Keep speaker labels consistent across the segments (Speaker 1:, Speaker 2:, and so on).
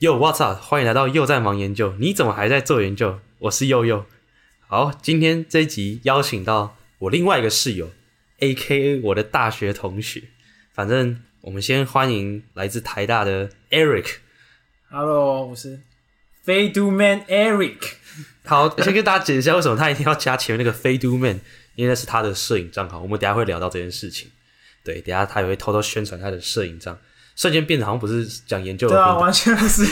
Speaker 1: Yo, what's up？欢迎来到又在忙研究，你怎么还在做研究？我是佑佑。好，今天这一集邀请到我另外一个室友，A.K.A 我的大学同学。反正我们先欢迎来自台大的 Eric。
Speaker 2: Hello，我是飞都 man Eric。
Speaker 1: 好，先跟大家解释一下为什么他一定要加前面那个 Fade Do Man，因为那是他的摄影账号。我们等一下会聊到这件事情。对，等一下他也会偷偷宣传他的摄影账，瞬间变得好像不是讲研究的
Speaker 2: 对啊，
Speaker 1: 频道，
Speaker 2: 完全 不是。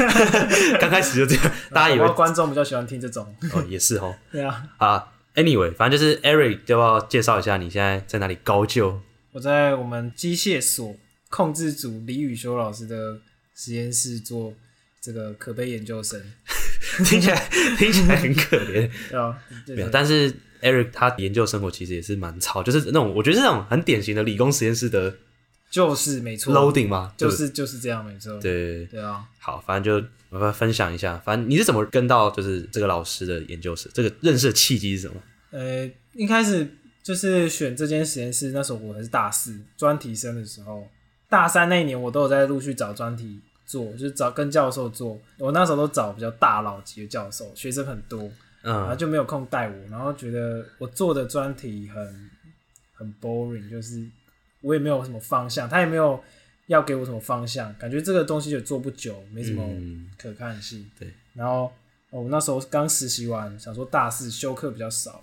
Speaker 1: 刚开始就这样， 大家以为
Speaker 2: 搞不好观众比较喜欢听这种。
Speaker 1: 哦也是哦。
Speaker 2: 对啊，
Speaker 1: 啊，Anyway，反正就是 Eric，要不要介绍一下你现在在哪里高就？
Speaker 2: 我在我们机械所控制组李宇修老师的实验室做这个可悲研究生。
Speaker 1: 听起来听起来很可怜，
Speaker 2: 对啊，对
Speaker 1: 没有。
Speaker 2: 对
Speaker 1: 但是 Eric 他研究生活其实也是蛮超，就是那种我觉得是那种很典型的理工实验室的
Speaker 2: 就是没错，
Speaker 1: loading 嘛，
Speaker 2: 就
Speaker 1: 对
Speaker 2: 是就是这样，没错
Speaker 1: 不。对对对。
Speaker 2: 对啊，
Speaker 1: 好，反正就我们分享一下，反正你是怎么跟到就是这个老师的研究室，这个认识的契机是什么？
Speaker 2: 呃，一开始就是选这间实验室，那时候我还是大四专题生的时候，大三那一年我都有在陆续找专题做，就是找跟教授做。我那时候都找比较大佬级的教授，学生很多，然后
Speaker 1: 嗯，
Speaker 2: 就没有空带我，然后觉得我做的专题很很 boring，就是我也没有什么方向，他也没有要给我什么方向，感觉这个东西也做不久，没什么
Speaker 1: 嗯
Speaker 2: 可看性。
Speaker 1: 对，
Speaker 2: 然后哦我那时候刚实习完，想说大四修课比较少，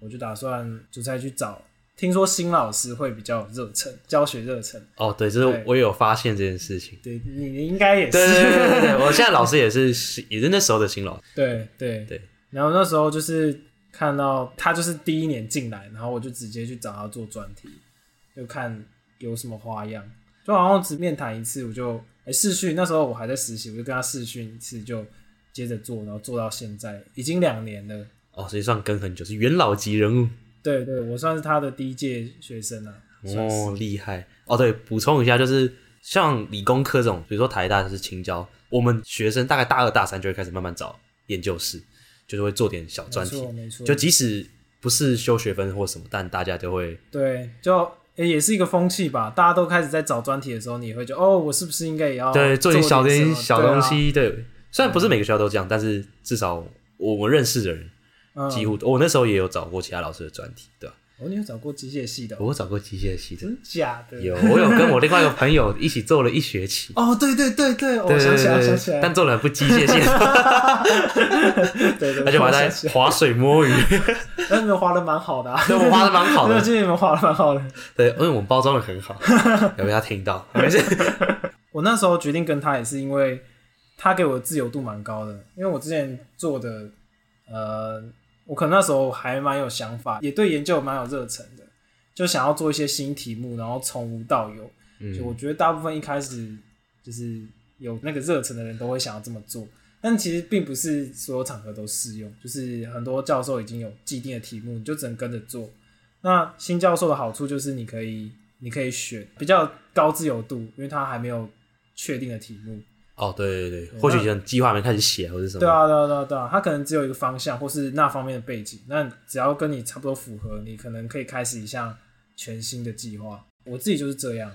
Speaker 2: 我就打算就再去找。听说新老师会比较有热忱，教学热忱，
Speaker 1: 哦，对，就是
Speaker 2: 对
Speaker 1: 我也有发现这件事情。
Speaker 2: 对你你应该也是，
Speaker 1: 对对对对对，我现在老师也是也是那时候的新老师。
Speaker 2: 对对
Speaker 1: 对。
Speaker 2: 然后那时候就是看到他就是第一年进来，然后我就直接去找他做专题，就看有什么花样。就好像只面谈一次，我就哎试训，那时候我还在实习，我就跟他试训一次，就接着做，然后做到现在已经两年了。
Speaker 1: 哦，实际上跟很久是元老级人物。
Speaker 2: 对对，我算是他的第一届学生啊。算是
Speaker 1: 哦，厉害哦！对，补充一下，就是像理工科这种，比如说台大就是青交，我们学生大概大二大三就会开始慢慢找研究室，就是会做点小专
Speaker 2: 没
Speaker 1: 题
Speaker 2: 错，没错，
Speaker 1: 就即使不是修学分或什么，但大家都会
Speaker 2: 对，就、诶也是一个风气吧。大家都开始在找专题的时候，你会觉得哦，我是不是应该也要
Speaker 1: 对做点小
Speaker 2: 点啊什
Speaker 1: 点
Speaker 2: 么
Speaker 1: 小东？西。对，虽然不
Speaker 2: 嗯
Speaker 1: 是每个学校都这样，但是至少我们认识的人
Speaker 2: 对啊、嗯
Speaker 1: 几乎，哦我那时候也有找过其他老师的专题，对吧？
Speaker 2: 哦，你有找过机械系的哦、嗯
Speaker 1: 我找过机械系的，
Speaker 2: 真假的？
Speaker 1: 有我有跟我另外一个朋友一起做了一学期。
Speaker 2: 哦，对对对对，我、
Speaker 1: 对对对
Speaker 2: 想起来，
Speaker 1: 对
Speaker 2: 想起来，
Speaker 1: 但做了很不机械性。
Speaker 2: 对对，
Speaker 1: 而且我还
Speaker 2: 在
Speaker 1: 在，划水摸 鱼，
Speaker 2: 但你们滑的蛮好的、啊，
Speaker 1: 对，我们划的蛮好
Speaker 2: 对我
Speaker 1: 的，
Speaker 2: 记得你们滑的蛮好的。
Speaker 1: 对，因为我们包装的很好，有被他听 到，没事。
Speaker 2: 我那时候决定跟他也是因为他给我的自由度蛮高的，因为我之前做的，呃，我可能那时候还蛮有想法，也对研究蛮有热忱的，就想要做一些新题目，然后从无到有。就我觉得大部分一开始就是有那个热忱的人都会想要这么做，但其实并不是所有场合都适用，就是很多教授已经有既定的题目，你就只能跟着做。那新教授的好处就是你可以你可以选比较高自由度，因为他还没有确定的题目。
Speaker 1: 哦，对对对，或许人计划还没开始写或者什
Speaker 2: 对
Speaker 1: 么，
Speaker 2: 啊，对啊，对啊，对啊，他可能只有一个方向或是那方面的背景，那只要跟你差不多符合，你可能可以开始一项全新的计划。我自己就是这样，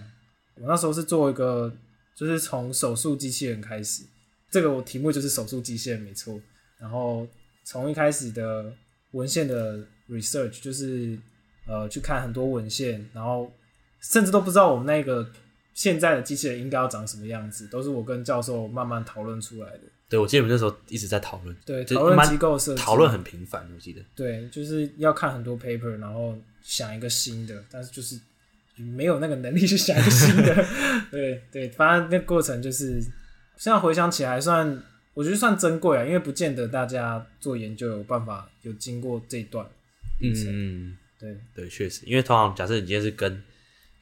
Speaker 2: 我那时候是做一个，就是从手术机器人开始，这个我题目就是手术机器人没错。然后从一开始的文献的 research，就是呃去看很多文献，然后甚至都不知道我们那个现在的机器人应该要长什么样子，都是我跟教授慢慢讨论出来的。
Speaker 1: 对我记得我们那时候一直在讨论，
Speaker 2: 对，
Speaker 1: 就
Speaker 2: 讨论
Speaker 1: 蛮
Speaker 2: 机构设计
Speaker 1: 讨论很频繁，我记得。
Speaker 2: 对，就是要看很多 paper，然后想一个新的，但是就是没有那个能力去想一个新 的。对对，反正那过程就是，现在回想起来还算，我觉得算珍贵啊，因为不见得大家做研究有办法有经过这一段。
Speaker 1: 嗯，
Speaker 2: 对
Speaker 1: 对，确实，因为通常假设你今天是跟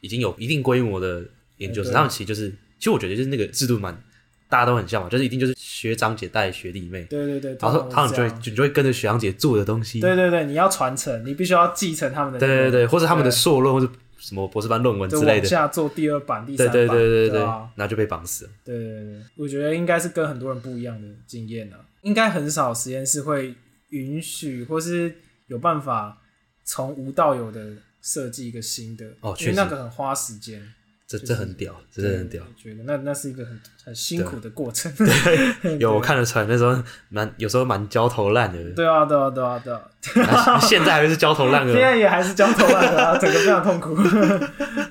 Speaker 1: 已经有一定规模的研究生，
Speaker 2: 对
Speaker 1: 他们其实就是，其实我觉得就是那个制度蛮，大家都很像嘛，就是一定就是学长姐带学弟妹，
Speaker 2: 对对对，
Speaker 1: 然后
Speaker 2: 通
Speaker 1: 他
Speaker 2: 常
Speaker 1: 们就会
Speaker 2: 是这样
Speaker 1: 你就会跟着学长姐做的东西，
Speaker 2: 对对对，你要传承，你必须要继承他们的
Speaker 1: 对
Speaker 2: 那
Speaker 1: 对
Speaker 2: 个
Speaker 1: 对，或者他们的硕论或者什么博士班论文
Speaker 2: 就
Speaker 1: 之类
Speaker 2: 往
Speaker 1: 的，
Speaker 2: 下做第二版、第
Speaker 1: 对
Speaker 2: 三
Speaker 1: 对
Speaker 2: 版，
Speaker 1: 对对对，
Speaker 2: 对啊
Speaker 1: 然后就被绑死了。
Speaker 2: 对对对，我觉得应该是跟很多人不一样的经验啊，应该很少实验室会允许或是有办法从无到有的设计一个新的，
Speaker 1: 哦
Speaker 2: 因
Speaker 1: 确实
Speaker 2: 为那个很花时间。
Speaker 1: 这这很屌，这真的很屌。
Speaker 2: 我觉得那那是一个很很辛苦的 过程。
Speaker 1: 有我看得出来，那时候蛮有时候蛮焦头烂额，
Speaker 2: 对啊，对啊，对啊，对啊，
Speaker 1: 现在还是焦头烂
Speaker 2: 现在
Speaker 1: 额。
Speaker 2: 也还是焦头烂额啊，整个非常 痛苦。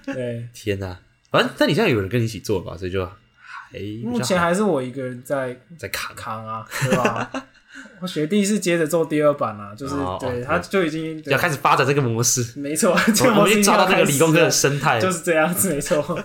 Speaker 2: 对，
Speaker 1: 天哪、反正但你现在有人跟你一起做吧，所以就还
Speaker 2: 目前还是我一个人在
Speaker 1: 在卡
Speaker 2: 扛啊，对吧？ 我学弟是接着做第二版啊，就是
Speaker 1: 哦
Speaker 2: 对，
Speaker 1: 哦
Speaker 2: 他就已经对
Speaker 1: 要开始发展这个模式。
Speaker 2: 没错，
Speaker 1: 我
Speaker 2: 就
Speaker 1: 们我们已经抓到这
Speaker 2: 这
Speaker 1: 个理工科的生态了。
Speaker 2: 就是这样子，没错，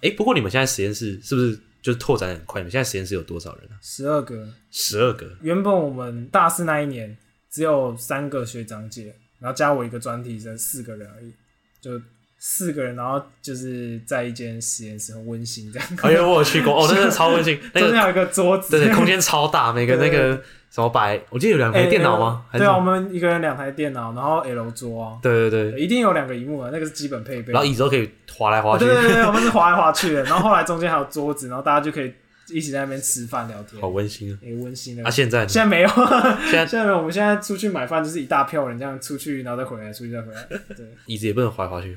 Speaker 1: 哎、不过你们现在实验室是不是就是拓展很快？你们现在实验室有多少 人啊？
Speaker 2: 十二个。
Speaker 1: 十二个。
Speaker 2: 原本我们大四那一年只有三个学长姐，然后加我一个专题生，四个人而已，就四个人，然后就是在一间实验室很温馨这样，
Speaker 1: 哎呦，我有去过哦，那真的超温馨。那
Speaker 2: 中
Speaker 1: 个
Speaker 2: 间有一个桌子，
Speaker 1: 对对， 空间超大，每个那个什么摆，我记得有两台
Speaker 2: 哎
Speaker 1: 电脑吗？还是
Speaker 2: 对啊，我们一个人两台电脑，然后 L 桌啊，
Speaker 1: 对对对，
Speaker 2: 对一定有两个荧幕啊，那个是基本配备。
Speaker 1: 然后椅子都可以滑来滑
Speaker 2: 哦
Speaker 1: 去
Speaker 2: 对，对对对，我们是滑来滑去的，然后后来中间还有桌子，然后大家就可以一起在那边吃饭聊天
Speaker 1: 好，温馨啊！
Speaker 2: 也温馨的
Speaker 1: 啊，。现在呢
Speaker 2: 现在没有，
Speaker 1: 现在
Speaker 2: 现在没有，我们现在出去买饭就是一大票人这样出去，然后再回来，出去再回来。对，
Speaker 1: 椅子也不能滑来滑去，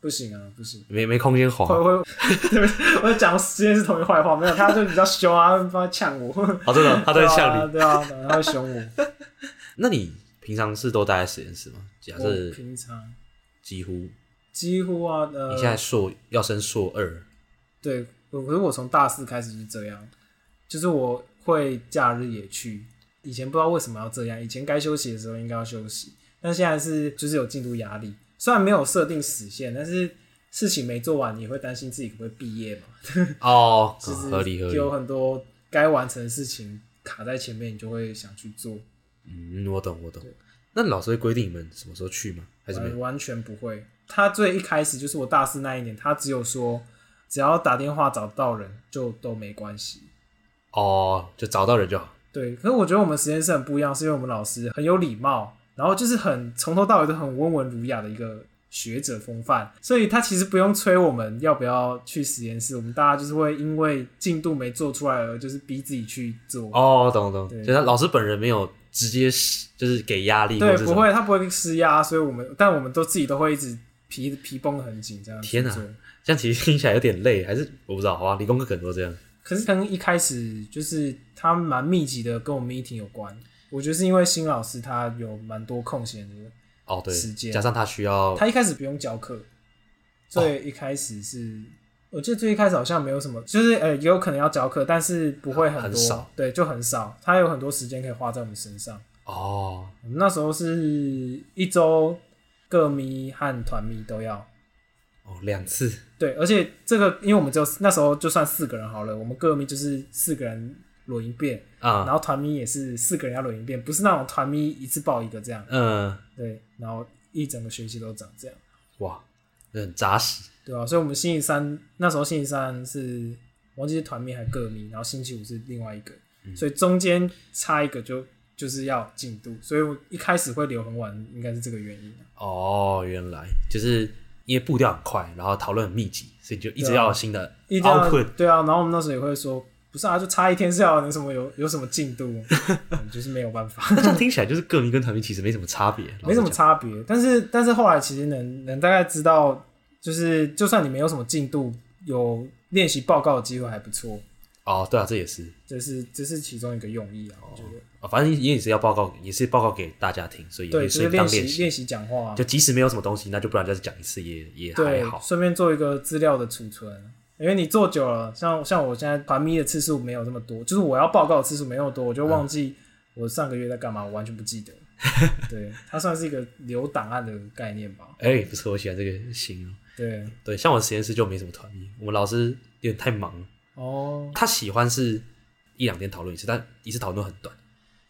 Speaker 2: 不行啊，不行。
Speaker 1: 没没空间
Speaker 2: 会
Speaker 1: 滑。
Speaker 2: 会，对不起，我讲实验室同学坏话，没有，他就比较凶啊，他呛我，
Speaker 1: 哦，真的，他都会笑你。
Speaker 2: 对啊，对啊，他会 凶我。
Speaker 1: 那你平常是都待在实验室吗？假
Speaker 2: 我
Speaker 1: 设
Speaker 2: 平常
Speaker 1: 几乎你
Speaker 2: 几乎啊，呃
Speaker 1: 现，在硕要升硕二，
Speaker 2: 对，我可是我从大四开始就是这样，就是我会假日也去，以前不知道为什么要这样，以前该休息的时候应该要休息，但现在是就是有进度压力，虽然没有设定死线，但是事情没做完，你会担心自己可不会毕业嘛，
Speaker 1: 哦，
Speaker 2: 就
Speaker 1: 合理合
Speaker 2: 是
Speaker 1: 理。
Speaker 2: 有很多该完成的事情卡在前面，你就会想去做。
Speaker 1: 嗯，我懂我懂。那老师会规定你们什么时候去吗？还是没有？
Speaker 2: 完完全不会。他最一开始就是我大四那一年，他只有说只要打电话找到人就都没关系。呃
Speaker 1: 哦，就找到人就好。
Speaker 2: 对，可是我觉得我们实验室很不一样，是因为我们老师很有礼貌，然后就是很从头到尾都很温文儒雅的一个学者风范，所以他其实不用催我们要不要去实验室，我们大家就是会因为进度没做出来而就是逼自己去做。
Speaker 1: 哦，懂懂。
Speaker 2: 对
Speaker 1: 就是老师本人没有直接是就是给压力，
Speaker 2: 对
Speaker 1: 或，是什
Speaker 2: 不
Speaker 1: 么。
Speaker 2: 会，他不会施压，所以我们但我们都自己都会一直皮皮绷得很紧这样子
Speaker 1: 天哪
Speaker 2: 做
Speaker 1: 这样其实听起来有点累，还是我不知道，好吧？理工科可能都这样。
Speaker 2: 可是跟一开始就是他蛮密集的跟我们 meeting 有关，我觉得是因为新老师他有蛮多空闲的，
Speaker 1: 哦，对
Speaker 2: 时，间
Speaker 1: 加上他需要
Speaker 2: 他一开始不用教课，所以一开始是。我记得最一开始好像没有什么，就是呃，也有可能要教课，但是不会多，
Speaker 1: 很少
Speaker 2: 对，就很少。他有很多时间可以花在我们身上。
Speaker 1: 哦，
Speaker 2: 我们那时候是一周各咪和团咪都要，
Speaker 1: 哦，两次
Speaker 2: 对，而且这个因为我们只有那时候就算四个人好了，我们各咪就是四个人轮一遍，
Speaker 1: 啊，
Speaker 2: 然后团咪也是四个人要轮一遍，不是那种团咪一次报一个这样。
Speaker 1: 嗯，
Speaker 2: 对，然后一整个学期都长这样，
Speaker 1: 哇，那很扎实
Speaker 2: 对啊，所以我们星期三那时候星期三是忘记是团咪还是个咪，然后星期五是另外一个，所以中间差一个就就是要进度，所以我一开始会留很晚，应该是这个原因。啊
Speaker 1: 哦。原来就是因为步调很快，然后讨论很密集，所以就一直
Speaker 2: 对啊
Speaker 1: 要有新的
Speaker 2: 一定要
Speaker 1: output。
Speaker 2: 对啊，然后我们那时候也会说，不是啊，就差一天是要有什么有有什么进度，嗯就是没有办法。
Speaker 1: 那这样听起来就是个人跟团队其实没什么差别，老实
Speaker 2: 没什么
Speaker 1: 讲
Speaker 2: 差别。但是但是后来其实能能大概知道，就是就算你没有什么进度，有练习报告的机会还不错，
Speaker 1: 哦。对啊，这也是
Speaker 2: 这是这是其中一个用意啊，我觉得。
Speaker 1: 哦，反正也也是要报告，也是报告给大家听，所以
Speaker 2: 对，
Speaker 1: 也
Speaker 2: 就是
Speaker 1: 是
Speaker 2: 练
Speaker 1: 当
Speaker 2: 习
Speaker 1: 练习。
Speaker 2: 练习讲话啊，
Speaker 1: 就即使没有什么东西，那就不然就是讲一次也也还
Speaker 2: 对
Speaker 1: 好，。
Speaker 2: 顺便做一个资料的储存。因为你做久了，像像我现在团咪的次数没有这么多，就是我要报告的次数没那么多，
Speaker 1: 嗯
Speaker 2: 我就忘记我上个月在干嘛，我完全不记 得。对，它算是一个留档案的概念吧。
Speaker 1: 哎、不错，我喜欢这个形容。
Speaker 2: 对，
Speaker 1: 对，像我实验室就没什么团体，我们老师有点太忙了。
Speaker 2: 哦，
Speaker 1: 他喜欢是一两天讨论一次，但一次讨论很短，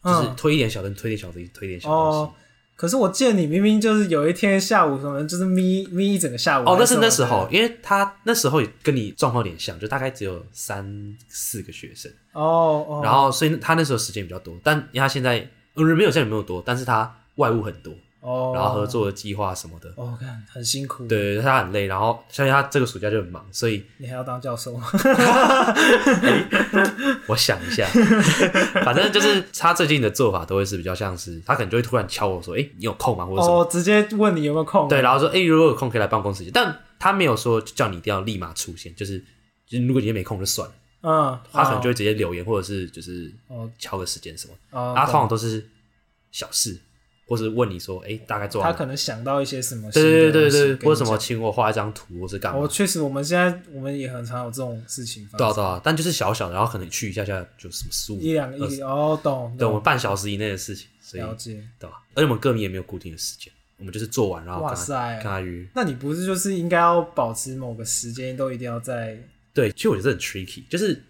Speaker 1: 就是
Speaker 2: 嗯
Speaker 1: 推一点小东西，推一点小东西，推一点小东
Speaker 2: 哦
Speaker 1: 西。，
Speaker 2: 可是我见你明明就是有一天下午，可能就是眯眯一整个下午。
Speaker 1: 哦，那
Speaker 2: 还
Speaker 1: 是那时候
Speaker 2: 什么，
Speaker 1: 因为他那时候也跟你状况有点像，就大概只有三四个学生，
Speaker 2: 的哦哦，
Speaker 1: 然后所以他那时候时间比较多，但因为他现在呃没有像你没有多，但是他外务很多，
Speaker 2: 哦，
Speaker 1: 然后合作的计划什么的，
Speaker 2: 哦，看很辛苦，，
Speaker 1: 对，他很累，然后相信他这个暑假就很忙，所以
Speaker 2: 你还要当教授吗？
Speaker 1: 我想一 下，反正就是他最近的做法都会是比较像是他可能就会突然敲我说，哎、你有空吗？或者什么。
Speaker 2: 哦，直接问你有没有空？
Speaker 1: 对，，然后说，哎、如果有空可以来办公室一起，但他没有说叫你一定要立马出现，就是就是如果你今天没空就算了，
Speaker 2: 嗯，
Speaker 1: 他可能
Speaker 2: 哦
Speaker 1: 就会直接留言或者是就是
Speaker 2: 哦
Speaker 1: 敲个时间什么，啊
Speaker 2: 哦，
Speaker 1: 他通常
Speaker 2: 懂
Speaker 1: 都是小事，或是问你说，哎、大概做
Speaker 2: 他
Speaker 1: 完了，
Speaker 2: 可能想到一些什么新的
Speaker 1: 对对对
Speaker 2: 东西
Speaker 1: 对
Speaker 2: 跟
Speaker 1: 对，或
Speaker 2: 你
Speaker 1: 什么
Speaker 2: 讲
Speaker 1: 请我画一张图，或是干嘛
Speaker 2: 哦，，确实，我们现在我们也很常有这种事情发
Speaker 1: 对啊
Speaker 2: 生，
Speaker 1: 对啊，但就是小小的，然后可能去一下下就什么十五
Speaker 2: 一两个一个哦，懂
Speaker 1: 呃对，我
Speaker 2: 懂，
Speaker 1: 们半小时以内的事情，所以
Speaker 2: 了解。
Speaker 1: 对吧？而且我们歌迷也没有固定的时间，我们就是做完然后
Speaker 2: 哇
Speaker 1: 跟他
Speaker 2: 塞
Speaker 1: 跟，他约。
Speaker 2: 那你不是就是应该要保持某个时间都一定要在
Speaker 1: 对，其实我觉得很 tricky，就是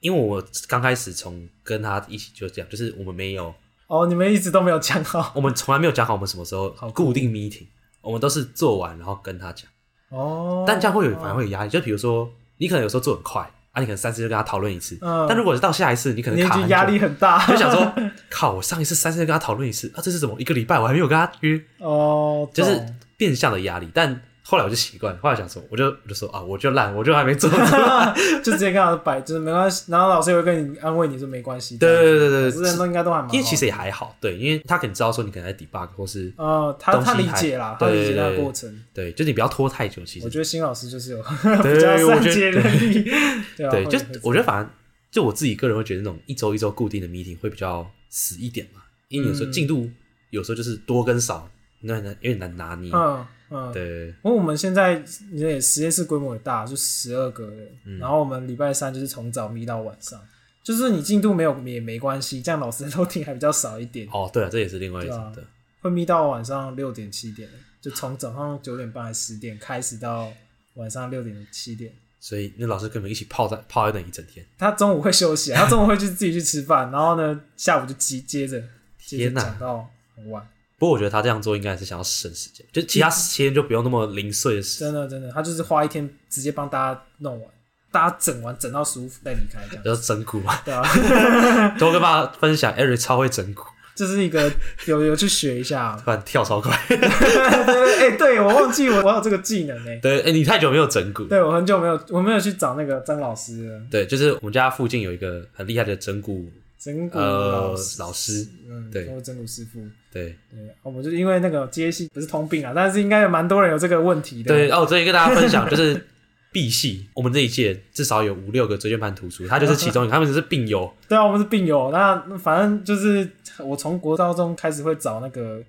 Speaker 1: 因为我刚开始从跟他一起就这样，就是我们没有，
Speaker 2: 哦，你们一直都没有讲好
Speaker 1: 我们从来没有讲好我们什么时候
Speaker 2: 好
Speaker 1: 固定 meeting，我们都是做完然后跟他讲。
Speaker 2: 哦，
Speaker 1: 但这样会有反而会有压力，就比如说你可能有时候做很快啊，你可能三次就跟他讨论一次，
Speaker 2: 嗯
Speaker 1: 但如果是到下一次，你可
Speaker 2: 你
Speaker 1: 能
Speaker 2: 已
Speaker 1: 卡
Speaker 2: 经
Speaker 1: 很
Speaker 2: 压
Speaker 1: 久
Speaker 2: 力很大，
Speaker 1: 就想说，靠，我上一次三次跟他讨论一次啊，这是怎么一个礼拜我还没有跟他约，
Speaker 2: 哦，
Speaker 1: 就是
Speaker 2: 懂
Speaker 1: 变相的压力。但后来我就习惯了，后来想说，我就我就说啊，我就烂，我就还没做。 对
Speaker 2: 就直接跟他摆，就是没关系，然后老师也会跟你安慰你说没关系，
Speaker 1: 对对对对
Speaker 2: 老师人
Speaker 1: 对，
Speaker 2: 都应该都还蛮好的，
Speaker 1: 因为其实也还好，对，因为他可能知道说你可能在 debug 或是
Speaker 2: 呃，他他
Speaker 1: 东西
Speaker 2: 理
Speaker 1: 还
Speaker 2: 解啦，他
Speaker 1: 对
Speaker 2: 理解
Speaker 1: 对
Speaker 2: 那个
Speaker 1: 对
Speaker 2: 过程，
Speaker 1: 对，就是你不要拖太久。其
Speaker 2: 我
Speaker 1: 实
Speaker 2: 觉得新老师就是有
Speaker 1: 对
Speaker 2: 比较
Speaker 1: 我
Speaker 2: 善
Speaker 1: 觉得
Speaker 2: 解人意， 对啊
Speaker 1: 对，
Speaker 2: 会
Speaker 1: 就
Speaker 2: 会这
Speaker 1: 我觉得
Speaker 2: 样
Speaker 1: 反正就我自己个人会觉得那种一周一周固定的 meeting 会比较死一点嘛，因为有时候
Speaker 2: 嗯
Speaker 1: 进度有时候就是多跟少，那很难有点难拿捏。
Speaker 2: 嗯嗯，
Speaker 1: 对，
Speaker 2: 不过我们现在也实验室规模也大，就十二个人，
Speaker 1: 嗯
Speaker 2: 然后我们礼拜三就是从早眯到晚上，就是你进度没有也没关系，这样老师都听还比较少一点，
Speaker 1: 哦，对了，这也是另外一
Speaker 2: 对
Speaker 1: 种
Speaker 2: 啊
Speaker 1: 的。
Speaker 2: 会眯到晚上六点七点，就从早上九点半还是十点开始到晚上六点七点。
Speaker 1: 所以那老师跟我们一起泡在泡在那里一整天。
Speaker 2: 他中午会休 息啊，他中午会去自己去吃饭，然后呢下午就接接着接
Speaker 1: 天
Speaker 2: 着
Speaker 1: 哪
Speaker 2: 讲到很晚，
Speaker 1: 不过我觉得他这样做应该也是想要省时间，就其他时间就不用那么零碎的事。
Speaker 2: 真的真的，他就是花一天直接帮大家弄完，大家整完整到舒服再离开这样，
Speaker 1: 要整蛊嘛，
Speaker 2: 对啊。
Speaker 1: 多跟大家分享，Eric 超会整蛊，，
Speaker 2: 这是一个有有去学一下
Speaker 1: 突然跳超快。
Speaker 2: 对对对，哎、对我忘记我我有这个技能呢、
Speaker 1: 对，哎、你太久没有整蛊。
Speaker 2: 对我很久没有我没有去找那个张老师了，
Speaker 1: 对，就是我们家附近有一个很厉害的整蛊，
Speaker 2: 整蛊
Speaker 1: 呃
Speaker 2: 老师，，
Speaker 1: 老师。
Speaker 2: 嗯，
Speaker 1: 对
Speaker 2: 或者整蛊师傅，
Speaker 1: 对
Speaker 2: 对，我们就因为那个接戏不是通病啊，但是应该有蛮多人有这个问题的，
Speaker 1: 对，哦，这里跟大家分享就是 B 系，我们这一届至少有五六个椎间盘突出，他就是其中一个，他们只是病友。
Speaker 2: 对啊，我们是病友，那反正就是我从国高中开始会找那个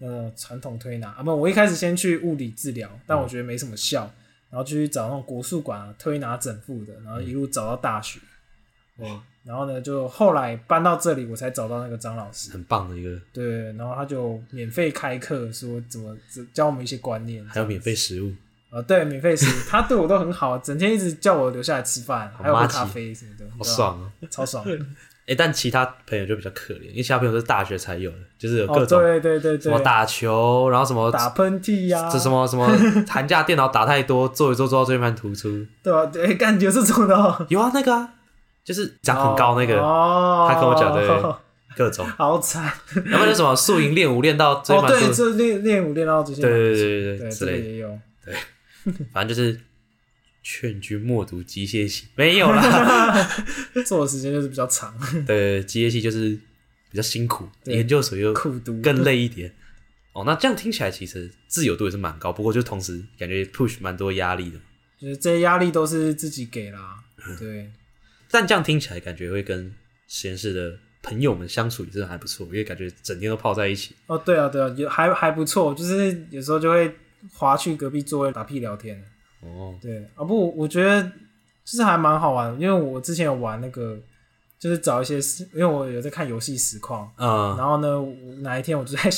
Speaker 2: 呃传统推拿啊，不，我一开始先去物理治疗，但
Speaker 1: 嗯
Speaker 2: 我觉得没什么效，然后就去找那种国术馆、啊、推拿整复的，
Speaker 1: 嗯
Speaker 2: 然后一路找到大学，对，然后呢就后来搬到这里，我才找到那个张老师，
Speaker 1: 很棒的一个，
Speaker 2: 对，然后他就免费开课，说怎么教我们一些观念，
Speaker 1: 还有免费食物，
Speaker 2: 啊、对，免费食物，他对我都很好，啊整天一直叫我留下来吃饭，还有喝
Speaker 1: 麻吉
Speaker 2: 咖啡什么的，
Speaker 1: 好
Speaker 2: 对啊，
Speaker 1: 爽哦、
Speaker 2: 超爽。
Speaker 1: 哎、但其他朋友就比较可怜，因为其他朋友都是大学才有的，就是有
Speaker 2: 哦，
Speaker 1: 各种
Speaker 2: 对对对
Speaker 1: 什
Speaker 2: 对
Speaker 1: 么，打球，然后什么
Speaker 2: 打喷嚏呀、
Speaker 1: 这什么 什么寒假电脑打太多，做一做做到椎间盘突出。
Speaker 2: 对吧、对，感觉这种的哦
Speaker 1: 有啊，那个啊，就是长很高那个，
Speaker 2: 哦，
Speaker 1: 他跟我讲的各种，
Speaker 2: 好惨
Speaker 1: 要不然就什么宿营练舞练到椎
Speaker 2: 哦，
Speaker 1: 间盘突出，
Speaker 2: 对，这练练舞练到这些，
Speaker 1: 对对
Speaker 2: 对
Speaker 1: 对对对之
Speaker 2: 这个
Speaker 1: 类的，
Speaker 2: 也有，
Speaker 1: 反正就是劝君莫读机械系，没有啦，
Speaker 2: 做的时间就是比 较长，
Speaker 1: 对，机械系就是比较辛苦，
Speaker 2: 对
Speaker 1: 研究所又
Speaker 2: 苦读，
Speaker 1: 更累一点。哦，那这样听起来其实自由度也是蛮高，不过就同时感觉 push 蛮多压力的。
Speaker 2: 就是这些压力都是自己给啦，
Speaker 1: 嗯
Speaker 2: 对，
Speaker 1: 但这样听起来感觉会跟实验室的朋友们相处也是还不错，因为感觉整天都泡在一起。
Speaker 2: 哦，对啊，对啊，也还还不错，就是有时候就会滑去隔壁座位打屁聊天，
Speaker 1: 哦，
Speaker 2: 对啊，不，我觉得就是还蛮好玩的，因为我之前有玩那个，就是找一些，因为我有在看游戏实况，
Speaker 1: 嗯，
Speaker 2: 然后呢，我哪一天我就在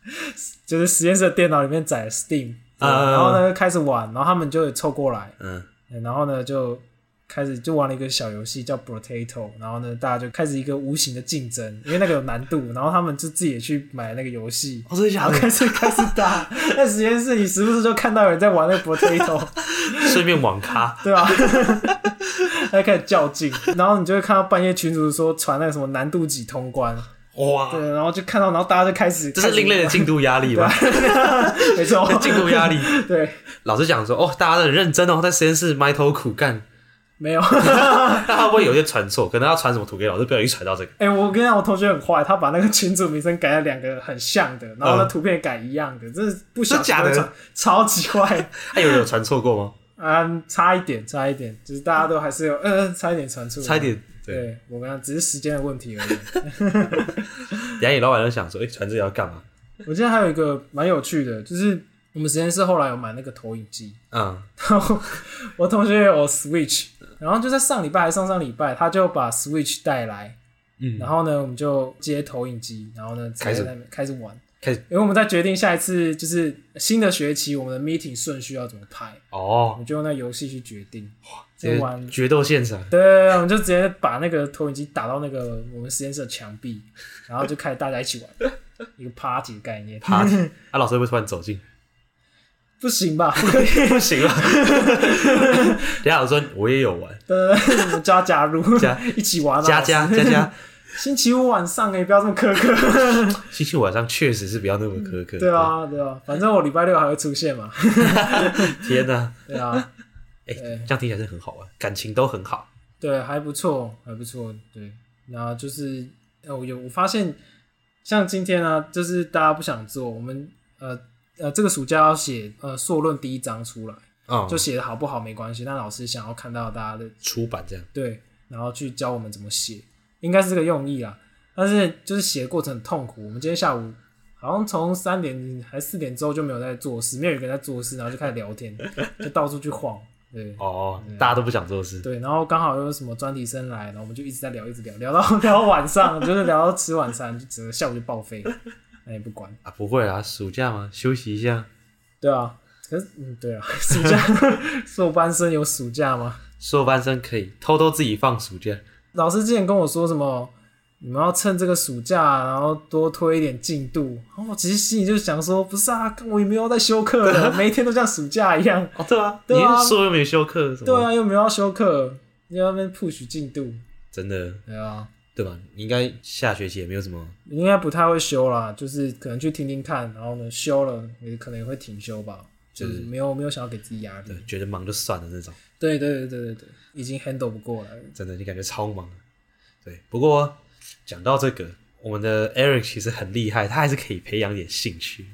Speaker 2: 就是实验室的电脑里面载了 Steam，、
Speaker 1: 嗯
Speaker 2: 然后呢开始玩，然后他们就有凑过来，
Speaker 1: 嗯，
Speaker 2: 然后呢就开始就玩了一个小游戏叫 Potato，然后呢大家就开始一个无形的竞争，因为那个有难度，然后他们就自己也去买那个游戏。
Speaker 1: 我最
Speaker 2: 然后开始开始打，在实验室你时不时就看到有人在玩那个 potato，
Speaker 1: 顺便网咖，
Speaker 2: 对吧、啊？他开始较劲，然后你就会看到半夜群主说传那个什么难度几通关，
Speaker 1: 哇，
Speaker 2: 对，然后就看到，然后大家就开始，
Speaker 1: 这是另类的进度压力吧？
Speaker 2: 开始， 没错，
Speaker 1: 进度压力，
Speaker 2: 对，
Speaker 1: 老师讲说，哦，大家都很认真哦，在实验室埋头苦干，
Speaker 2: 没有，
Speaker 1: 那他会不会有些传错？可能他传什么图给老师，不小心传到这个。
Speaker 2: 哎、我跟你讲，我同学很坏，他把那个群主名称改了两个很像的，然后呢图片改一样的，真是不
Speaker 1: 嗯
Speaker 2: 小
Speaker 1: 真假的
Speaker 2: 心都传，超级坏
Speaker 1: 他有人有传错过吗？
Speaker 2: 啊！差一点，差一点，就是大家都还是有，嗯、呃，差一点传出来，
Speaker 1: 差一。点。对，
Speaker 2: 对我跟他只是时间的问题而已。
Speaker 1: 等一下你老板就想说，哎、传这个要干嘛？
Speaker 2: 我记得还有一个蛮有趣的，就是我们实验室后来有买那个投影机，
Speaker 1: 嗯，
Speaker 2: 然后我同学有 Switch，然后就在上礼拜还上上礼拜，他就把 Switch 带来，
Speaker 1: 嗯
Speaker 2: 然后呢，我们就接投影机，然后呢，直接
Speaker 1: 开始
Speaker 2: 在那边开始玩，
Speaker 1: 开始
Speaker 2: 因为我们在决定下一次就是新的学期我们的 meeting 顺序要怎么排，我
Speaker 1: 哦，
Speaker 2: 们就用那游戏去决定，
Speaker 1: 这
Speaker 2: 就玩。
Speaker 1: 决斗现 场，
Speaker 2: 对对，对我们就直接把那个投影机打到那个我们实验室的墙壁，然后就开始大家一起 玩，一个 party 的概念。
Speaker 1: 啪！啊，老师会不会突然走进？
Speaker 2: 不行吧？不可以，
Speaker 1: 不行了。 等一下我说我也有玩，
Speaker 2: 呃，我们叫他加入，
Speaker 1: 加
Speaker 2: 一起玩啊，
Speaker 1: 加加
Speaker 2: 老师
Speaker 1: 加。加，
Speaker 2: 星期五晚上哎、不要这么苛刻。
Speaker 1: 星期五晚上确实是不要那么苛刻。
Speaker 2: 对啊，对啊，反正我礼拜六还会出现嘛。
Speaker 1: 对，天哪、
Speaker 2: 对啊，
Speaker 1: 哎、
Speaker 2: 对
Speaker 1: 这样听起来是很好玩，感情都很好。
Speaker 2: 对，还不错，还不错。对，然后就是，呃，我有我发现，像今天呢、就是大家不想做，我们呃呃，这个暑假要写呃硕论第一章出来，
Speaker 1: 嗯，
Speaker 2: 就
Speaker 1: 就
Speaker 2: 写的好不好没关系，但老师想要看到大家的
Speaker 1: 出版这样。
Speaker 2: 对，然后去教我们怎么写，应该是这个用意啦。但是就是写的过程很痛苦。我们今天下午好像从三点还四点之后就没有在做事，没有一个人在做事，然后就开始聊天， 就到处去晃。对
Speaker 1: 哦，大家都不想做事。
Speaker 2: 嗯对，然后刚好又有什么专题生来，然后我们就一直在聊，一直聊，聊到聊到晚上，就是聊到吃晚餐，就整个下午就报废了。那也不管，
Speaker 1: 啊，不会啊，暑假嘛，休息一下。
Speaker 2: 对啊。可是，嗯，对啊，暑假 硕班生有暑假吗？
Speaker 1: 硕班生可以偷偷自己放暑假，
Speaker 2: 老师之前跟我说什么，你们要趁这个暑假，然后多推一点进度。然后我其实心里就想说，不是啊，我也没有在休课 了，每一天都像暑假一样。
Speaker 1: 哦，对啊，
Speaker 2: 对啊
Speaker 1: 你说又没休课什么？
Speaker 2: 对啊，又没有要休课，又在那边 push 进度。
Speaker 1: 真的
Speaker 2: 对啊，
Speaker 1: 对吧？你应该下学期也没有什么
Speaker 2: 应该不太会休啦，就是可能去听听看，然后呢休了也可能也会停休吧，就是没有没有想要给自己压力
Speaker 1: 对。觉得忙就算了那种，
Speaker 2: 嗯对对对对对对，已经 handle 不过来了。
Speaker 1: 真的你感觉超忙的。对，不过讲到这个，我们的 Eric 其实很厉害，他还是可以培养点兴趣。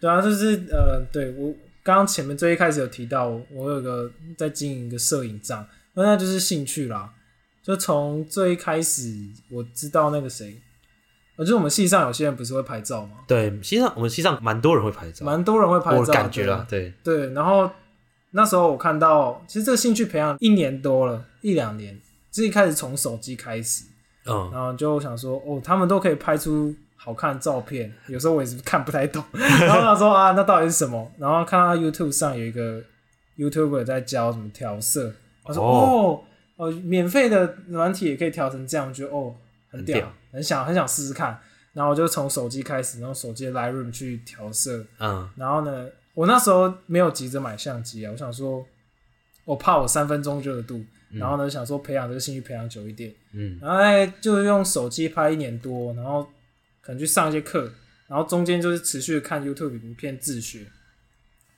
Speaker 2: 对啊，就是呃，对我刚刚前面最一开始有提到，我我有个在经营一个摄影账，那那就是兴趣啦。就从最一开始，我知道那个谁，呃，就是我们系上有些人不是会拍照吗？
Speaker 1: 对，西上我们西上蛮多人会拍照，
Speaker 2: 蛮多人会拍
Speaker 1: 啊我
Speaker 2: 照，
Speaker 1: 感觉啦，对，
Speaker 2: 对。对，然后那时候我看到，其实这个兴趣培养一年多了，一两年，自己开始从手机开始，
Speaker 1: 嗯，
Speaker 2: 然后就想说，哦，他们都可以拍出好看的照片，有时候我也是看不太懂。 然后想说啊，那到底是什么？然后看到 YouTube 上有一个 YouTuber 在教怎么调色，他说哦
Speaker 1: 哦
Speaker 2: 哦，免费的软体也可以调成这样，我觉得哦很
Speaker 1: 很
Speaker 2: 屌，
Speaker 1: 屌
Speaker 2: 很想很想试试看。然后我就从手机开始，用手机的 Lightroom 去调色。
Speaker 1: 嗯，
Speaker 2: 然后呢，我那时候没有急着买相机啊，我想说，我怕我三分钟热度。然后呢，想说培养这个兴趣培养久一点。
Speaker 1: 嗯，
Speaker 2: 然后哎就用手机拍一年多，然后可能去上一些课，然后中间就是持续看 YouTube 影片自学，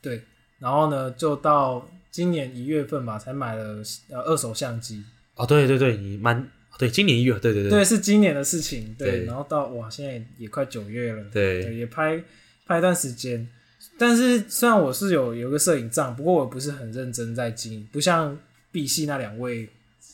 Speaker 2: 对，然后呢就到今年一月份吧，才买了呃二手相机，
Speaker 1: 哦，对对对，你蛮哦对，今年一月，对对对
Speaker 2: 对，是今年的事情，对，
Speaker 1: 对
Speaker 2: 然后到哇现在也快九月了，
Speaker 1: 对，
Speaker 2: 也拍拍一段时间。但是虽然我是有有一个摄影账，不过我不是很认真在经营，不像 B 系那两位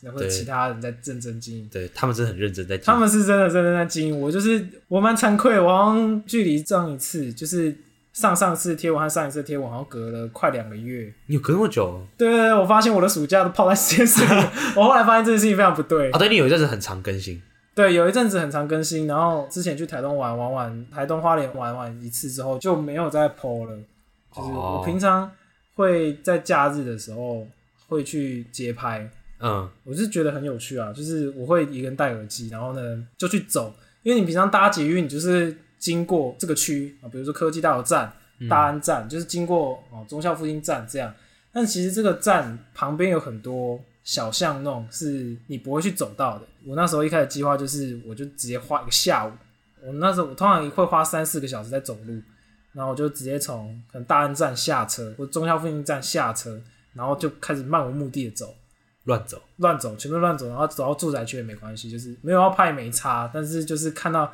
Speaker 2: 或者
Speaker 1: 对
Speaker 2: 其他人在认真经营。
Speaker 1: 对，他们真的很认真在
Speaker 2: 他
Speaker 1: 讲，
Speaker 2: 们是真的真的在经营我，就是我蛮惭愧，我好像距离上一次就是上上次贴文和上一次贴文好像隔了快两个月。
Speaker 1: 你有隔那么久哦
Speaker 2: 对对对，我发现我的暑假都泡在实验室里，我后来发现这件事情非常不对
Speaker 1: 啊？。对，你有一阵子很常更新，
Speaker 2: 对，有一阵子很常更新，然后之前去台东玩玩玩，台东花莲玩玩一次之后就没有再 PO 了。就是我
Speaker 1: 哦
Speaker 2: 平常会在假日的时候会去街拍，
Speaker 1: 嗯，
Speaker 2: 我是觉得很有趣啊，就是我会一个人戴耳机，然后呢就去走，因为你平常搭捷运，你就是经过这个区啊，比如说科技大楼站、大安站，就是经过哦中校复兴站这样。但其实这个站旁边有很多小巷弄是你不会去走到的。我那时候一开始计划就是，我就直接花一个下午，我那时候我通常会花三四个小时在走路，然后我就直接从可能大安站下车，或中校复兴站下车，然后就开始漫无目的的走。
Speaker 1: 乱走，
Speaker 2: 乱走，全部乱走，然后走到住宅区也没关系，就是没有要拍也没差，但是就是看到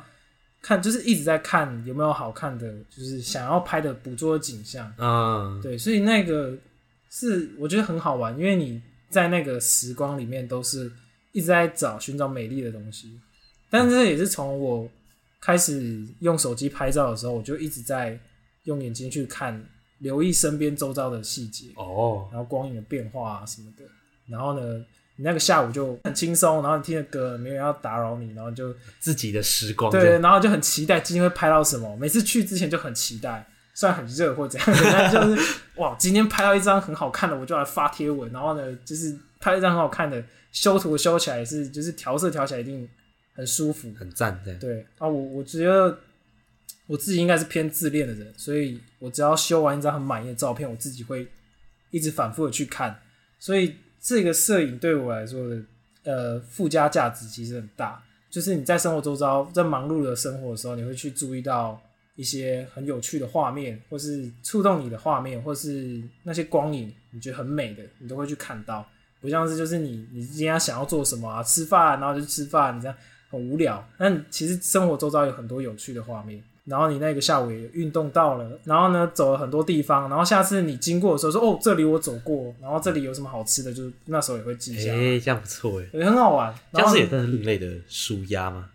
Speaker 2: 看就是一直在看有没有好看的，就是想要拍的捕捉景象。
Speaker 1: 嗯，
Speaker 2: 对，所以那个是我觉得很好玩，因为你在那个时光里面都是一直在找寻找美丽的东西，但是也是从我开始用手机拍照的时候，我就一直在用眼睛去看，留意身边周遭的细节。
Speaker 1: 哦，
Speaker 2: 然后光影的变化啊什么的。然后呢，你那个下午就很轻松，然后你听着歌，没有人要打扰你，然后就
Speaker 1: 自己的时光，
Speaker 2: 对，，然后就很期待今天会拍到什么。每次去之前就很期待，虽然很热或怎样， 但就是哇，今天拍到一张很好看的，我就来发贴文。然后呢，就是拍一张很好看的，修图修起来也是，就是调色调起来一定很舒服。
Speaker 1: 很赞这样，
Speaker 2: 对啊，我我觉得我自己应该是偏自恋的人，所以我只要修完一张很满意的照片，我自己会一直反复的去看，所以这个摄影对我来说的呃附加价值其实很大，就是你在生活周遭，在忙碌的生活的时候，你会去注意到一些很有趣的画面，或是触动你的画面，或是那些光影，你觉得很美的，你都会去看到。不像是就是你你今天想要做什么啊，吃饭，然后就去吃饭，你这样很无聊。但其实生活周遭有很多有趣的画面。然后你那个下午也运动到了，然后呢走了很多地方，然后下次你经过的时候说哦这里我走过，然后这里有什么好吃的，就是那时候也会记下来，
Speaker 1: 哎，这样不错哎，
Speaker 2: 也很好玩。
Speaker 1: 这
Speaker 2: 然
Speaker 1: 样
Speaker 2: 后
Speaker 1: 子也算是另类的舒压吗？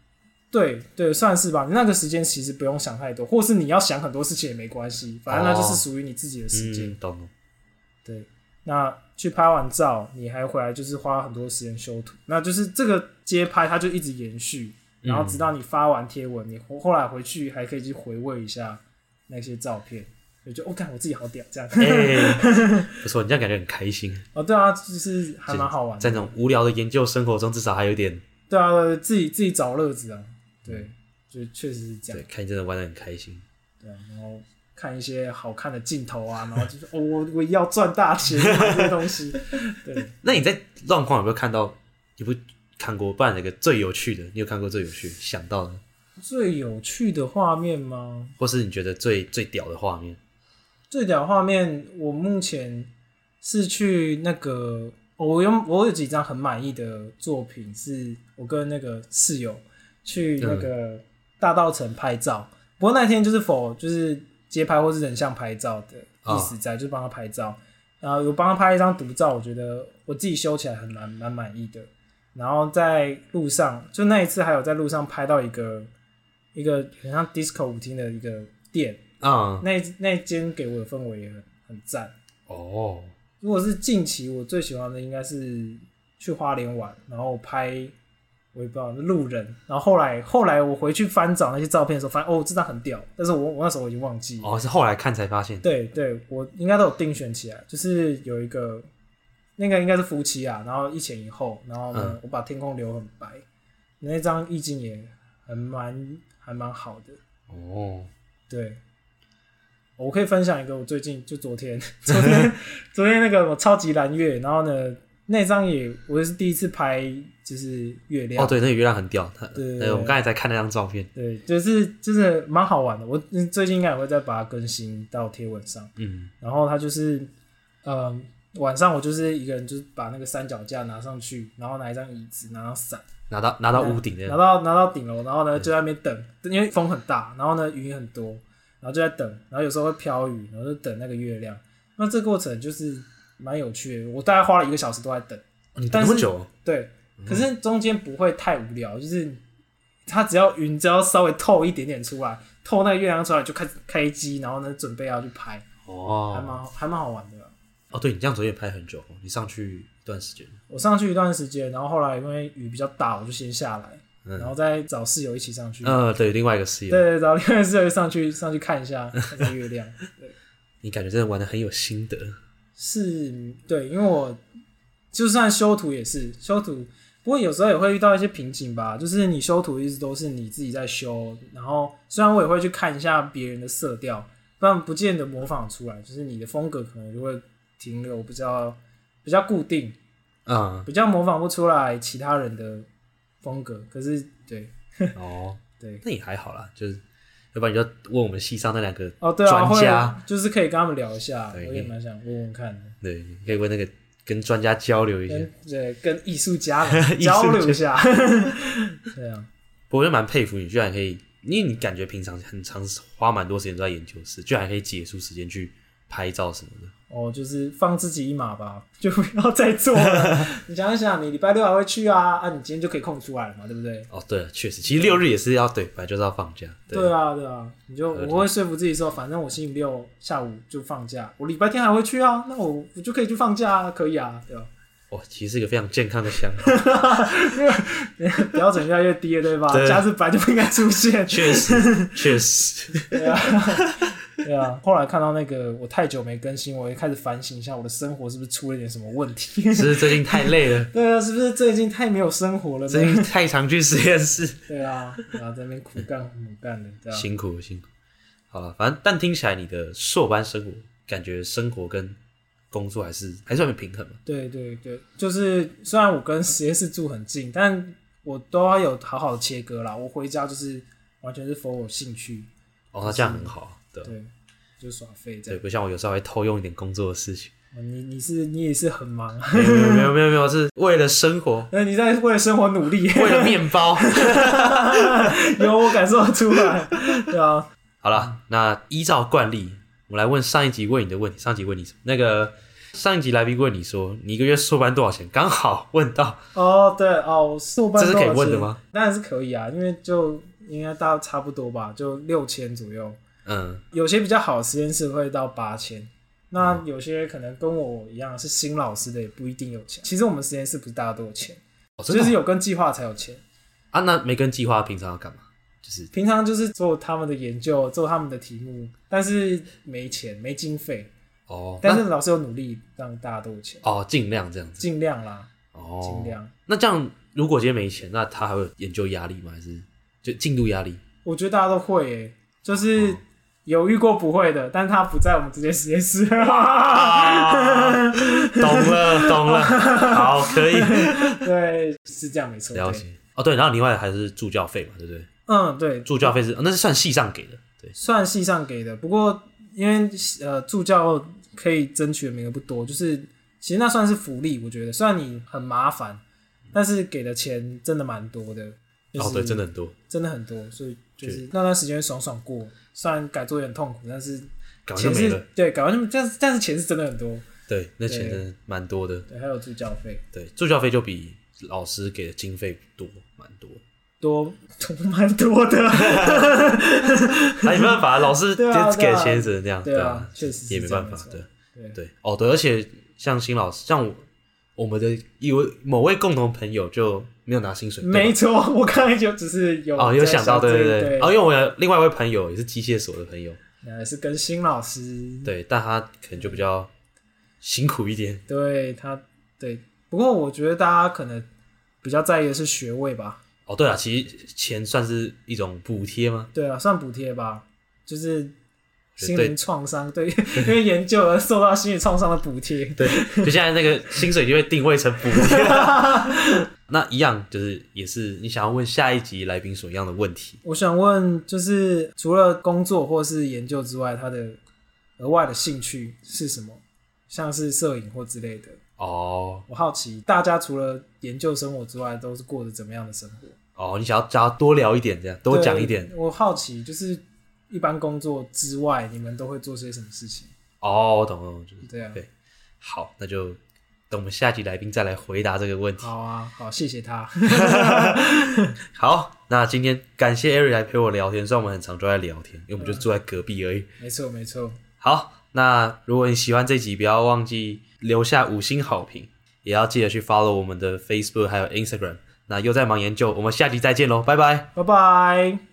Speaker 2: 对对，算是吧。你那个时间其实不用想太多，或是你要想很多事情也没关系，反正那就是属于你自己的时间。
Speaker 1: 哦嗯，懂 了，
Speaker 2: 对，那去拍完照，你还回来就是花很多时间修图，那就是这个街拍它就一直延续，然后直
Speaker 1: 嗯
Speaker 2: 到你发完贴文，你后后来回去还可以去回味一下那些照片，就觉得哦，看我自己好屌这样。
Speaker 1: 哎，不错，你这样感觉很开心，
Speaker 2: 哦，对啊，就是还蛮好玩
Speaker 1: 在
Speaker 2: 的。
Speaker 1: 那种无聊的研究生活中，至少还有点
Speaker 2: 对啊，对自己自己找乐子啊，对，就确实是这样
Speaker 1: 对，。看你真的玩的很开心，
Speaker 2: 对啊，然后看一些好看的镜头啊，然后就是哦，我我要赚大钱买这些东西。对，
Speaker 1: 那你在状况有没有看到？有没有看过？不然那个最有趣的，你有看过最有趣想到的，
Speaker 2: 最有趣的画面吗？
Speaker 1: 或是你觉得最最屌的画面？
Speaker 2: 最屌的画面，我目前是去那个，哦我有我有几张很满意的作品，是我跟那个室友去那个大道城拍照。不过那天就是否就是街拍或是人像拍照的意思在，就是帮他拍照。然后有帮他拍一张独照，我觉得我自己修起来很蛮蛮满意的。然后在路上，就那一次还有在路上拍到一个一个很像 disco 舞厅的一个店，
Speaker 1: 啊、
Speaker 2: 那一那一间给我的氛围也很很赞。
Speaker 1: 哦，
Speaker 2: 如果是近期我最喜欢的，应该是去花莲玩，然后拍我也不知道路人，然后后来后来我回去翻找那些照片的时候，发现哦这张很屌，但是我我那时候我已经忘记了。
Speaker 1: 哦，是后来看才发现，
Speaker 2: 对对，我应该都有定选起来，就是有一个那个应该是夫妻啊，然后一前一后，然后呢、
Speaker 1: 嗯
Speaker 2: 我把天空留很白，那张意境也很蛮还蛮好的。
Speaker 1: 哦，
Speaker 2: 对，我可以分享一个，我最近就昨天， 昨天，昨天那个我超级蓝月，然后呢，那张也我也是第一次拍，就是月亮，
Speaker 1: 哦，对，那个月亮很屌，它，
Speaker 2: 对
Speaker 1: 对，我们刚才在看那张照片，
Speaker 2: 对，就是就是蛮好玩的。我嗯最近应该也会再把它更新到贴文上。
Speaker 1: 嗯，
Speaker 2: 然后他就是，嗯、晚上我就是一个人，就是把那个三脚架拿上去，然后拿一张椅子，拿张伞，
Speaker 1: 拿到拿到屋顶的
Speaker 2: 拿，到拿到顶楼，然后呢就在那边等，因为风很大，然后呢雨很多，然后就在等，然后有时候会飘雨，然后就等那个月亮。那这过程就是蛮有趣的，我大概花了一个小时都在等，
Speaker 1: 哦你等
Speaker 2: 但
Speaker 1: 那
Speaker 2: 是
Speaker 1: 么久哦，
Speaker 2: 对，可是中间不会太无聊，就是它只要云只要稍微透一点点出来，透那个月亮出来就开始开机，然后呢准备要去拍，还蛮
Speaker 1: 哦，
Speaker 2: 好还蛮好玩的啦。
Speaker 1: 哦，对你这样昨天也拍很久哦，你上去一段时间，
Speaker 2: 我上去一段时间，然后后来因为雨比较大，我就先下来，
Speaker 1: 嗯
Speaker 2: 然后再找室友一起上去。
Speaker 1: 呃，对，另外一个室友，
Speaker 2: 对对，找另外一个室友上去 上去看一下那个月亮。
Speaker 1: 你感觉真的玩的很有心得，
Speaker 2: 是，对，因为我就算修图也是修图，不过有时候也会遇到一些瓶颈吧。就是你修图一直都是你自己在修，然后虽然我也会去看一下别人的色调，但不见得模仿出来，就是你的风格可能就会停留比较比较固定。
Speaker 1: 嗯，
Speaker 2: 比较模仿不出来其他人的风格。可是对
Speaker 1: 哦，
Speaker 2: 对
Speaker 1: 那也还好啦，就是，要不然你就问我们系上那两个
Speaker 2: 哦对啊，
Speaker 1: 专家
Speaker 2: 会就是可以跟他们聊一下，
Speaker 1: 对
Speaker 2: 我也蛮想问问看的。
Speaker 1: 对，你可以问那个跟专家交流一下。
Speaker 2: 跟对跟艺术 家
Speaker 1: 术
Speaker 2: 们
Speaker 1: 家
Speaker 2: 交流一下， 对啊，
Speaker 1: 不过我就蛮佩服你，居然可以，因为你感觉平常很长花蛮多时间都在研究室，居然还可以挤出时间去拍照什么的。
Speaker 2: 哦，就是放自己一马吧，就不要再做了。你想一想，你礼拜六还会去啊，啊，你今天就可以空出来了嘛，对不对？
Speaker 1: 哦，对了，确实，其实六日也是要对，本来就是要放假。
Speaker 2: 对啊，对啊，你就
Speaker 1: 合理
Speaker 2: 我会说服自己说，反正我星期六下午就放假，我礼拜天还会去啊，那我我就可以去放假啊，可以啊， 对吧？
Speaker 1: 哇，其实是一个非常健康的想法，
Speaker 2: 标准越来越低了，对吧？
Speaker 1: 对
Speaker 2: 假日本来就不应该出 现，
Speaker 1: 确实，确实，
Speaker 2: 对啊，对啊。后来看到那个我太久没更新，我也开始反省一下我的生活是不是出了点什么问题。
Speaker 1: 只是最近太累了，
Speaker 2: 对啊，是不是最近太没有生活了
Speaker 1: 最
Speaker 2: 呢？
Speaker 1: 近太常去实验室，
Speaker 2: 对啊，然后在那边苦干苦干的，对 啊。
Speaker 1: 辛苦辛苦。好了，反正但听起来你的硕班生活，感觉生活跟工作还是还算很平衡嘛。
Speaker 2: 对对对，就是虽然我跟实验室住很近，但我都要有好好切割啦。我回家就是完全是 for 我兴趣，
Speaker 1: 哦，那这样很好啊，对吧
Speaker 2: 对，就耍废这
Speaker 1: 对，
Speaker 2: 样。
Speaker 1: 不像我有时候还偷用一点工作的事情。
Speaker 2: 哦你你是你也是很忙 啊，
Speaker 1: 没有没有没有没有，是为了生 活，
Speaker 2: 那你在为了生活努力，
Speaker 1: 为了面包。
Speaker 2: 有我感受得出来，对啊，
Speaker 1: 好了，那依照惯例，我们来问上一集问你的问题。上一集问你什么？那个上一集来宾问你说，你一个月硕班多少钱？刚好问到，
Speaker 2: 哦对哦，我硕班
Speaker 1: 这是
Speaker 2: 多
Speaker 1: 可以
Speaker 2: 少
Speaker 1: 问的
Speaker 2: 钱
Speaker 1: 吗？
Speaker 2: 当然是可以啊，因为就应该大差不多吧，就六千左右。
Speaker 1: 嗯，
Speaker 2: 有些比较好的实验室会到八千，
Speaker 1: 嗯
Speaker 2: 那有些可能跟我一样是新老师的也不一定有钱。其实我们实验室不是大家都有钱，
Speaker 1: 哦、真的
Speaker 2: 就
Speaker 1: 哦
Speaker 2: 是有跟计划才有钱。
Speaker 1: 啊。那没跟计划平常要干嘛？就是
Speaker 2: 平常就是做他们的研究，做他们的题目，但是没钱没经费，
Speaker 1: 哦，
Speaker 2: 但
Speaker 1: 那
Speaker 2: 是老师有努力让大家都有钱，
Speaker 1: 哦，尽量这样子
Speaker 2: 尽量啦，
Speaker 1: 哦，
Speaker 2: 尽量。
Speaker 1: 那这样，如果今天没钱，那他还会有研究压力吗？还是就进度压力？
Speaker 2: 我觉得大家都会、欸，
Speaker 1: 哦
Speaker 2: 就是有遇过不会的，但他不在我们这间实 验室。
Speaker 1: 啊， 懂了，懂了，好，可以
Speaker 2: 对，是这样没 错。
Speaker 1: 了
Speaker 2: 对，
Speaker 1: 解。哦，对，然后另外还是助教费嘛，对不对？
Speaker 2: 嗯，对，
Speaker 1: 助教费是、哦那是算系上给的，对，
Speaker 2: 算系上给的，不过因为呃助教可以争取的名额不多，就是其实那算是福利，我觉得虽然你很麻烦，但是给的钱真的蛮多的，就是、
Speaker 1: 哦，对，真的很多，
Speaker 2: 真的很多，所以就是
Speaker 1: 是
Speaker 2: 那段时间爽爽过，虽然改作业很痛苦，但是
Speaker 1: 搞就
Speaker 2: 钱
Speaker 1: 没
Speaker 2: 是
Speaker 1: 了，
Speaker 2: 对改完就但是但是钱是真的很多，
Speaker 1: 对，那钱
Speaker 2: 对
Speaker 1: 真的蛮多的，
Speaker 2: 对，还有助教费
Speaker 1: 对，助教费就比老师给的经费多，蛮多。
Speaker 2: 多多蛮 多的，
Speaker 1: 那、啊没办法，老师
Speaker 2: 对啊
Speaker 1: 给
Speaker 2: 对啊
Speaker 1: 钱只能这样，
Speaker 2: 对啊
Speaker 1: 啊，，
Speaker 2: 确实是
Speaker 1: 也没
Speaker 2: 这样
Speaker 1: 办法
Speaker 2: 错，
Speaker 1: 对。
Speaker 2: 对
Speaker 1: 对，哦对，而且像新老师，像我我们的一位某位共同朋友就没有拿薪水，对吧
Speaker 2: 没错，我刚才就只是有
Speaker 1: 哦，有想到，
Speaker 2: 在
Speaker 1: 对
Speaker 2: 这
Speaker 1: 对
Speaker 2: 个
Speaker 1: 对，哦，因为我有另外一位朋友也是机械所的朋友，
Speaker 2: 呃，是跟新老师，
Speaker 1: 对，但他可能就比较辛苦一点，
Speaker 2: 对他，对。不过我觉得大家可能比较在意的是学位吧，
Speaker 1: 哦对啊，其实钱算是一种补贴吗？
Speaker 2: 对啊，算补贴吧，就是心
Speaker 1: 对
Speaker 2: 灵创伤，对，因为研究而受到心理创伤的补贴，
Speaker 1: 对，就现在那个薪水就会定位成补 贴。那一样就是也是你想要问下一集来宾什么样的问题？
Speaker 2: 我想问，就是除了工作或是研究之外，他的额外的兴趣是什么？像是摄影或之类的，
Speaker 1: 哦
Speaker 2: 我好奇大家除了研究生活之外，都是过着怎么样的生活？
Speaker 1: 哦，你想要加多聊一点，这样多讲一点
Speaker 2: 对。我好奇，就是一般工作之外，你们都会做些什么事情？
Speaker 1: 哦，我懂了，我就是
Speaker 2: 对啊，
Speaker 1: 对好，那就等我们下集来宾再来回答这个问题。
Speaker 2: 好啊，好，谢谢他。
Speaker 1: 好，那今天感谢 Ari 来陪我聊天，虽然我们很常都在聊天，因为我们就住在隔壁而已。
Speaker 2: 没错，没错，
Speaker 1: 好，那如果你喜欢这集，不要忘记留下五星好评，也要记得去 follow 我们的 Facebook 还有 Instagram。那又在忙研究，我们下集再见喽，拜拜。
Speaker 2: 拜拜。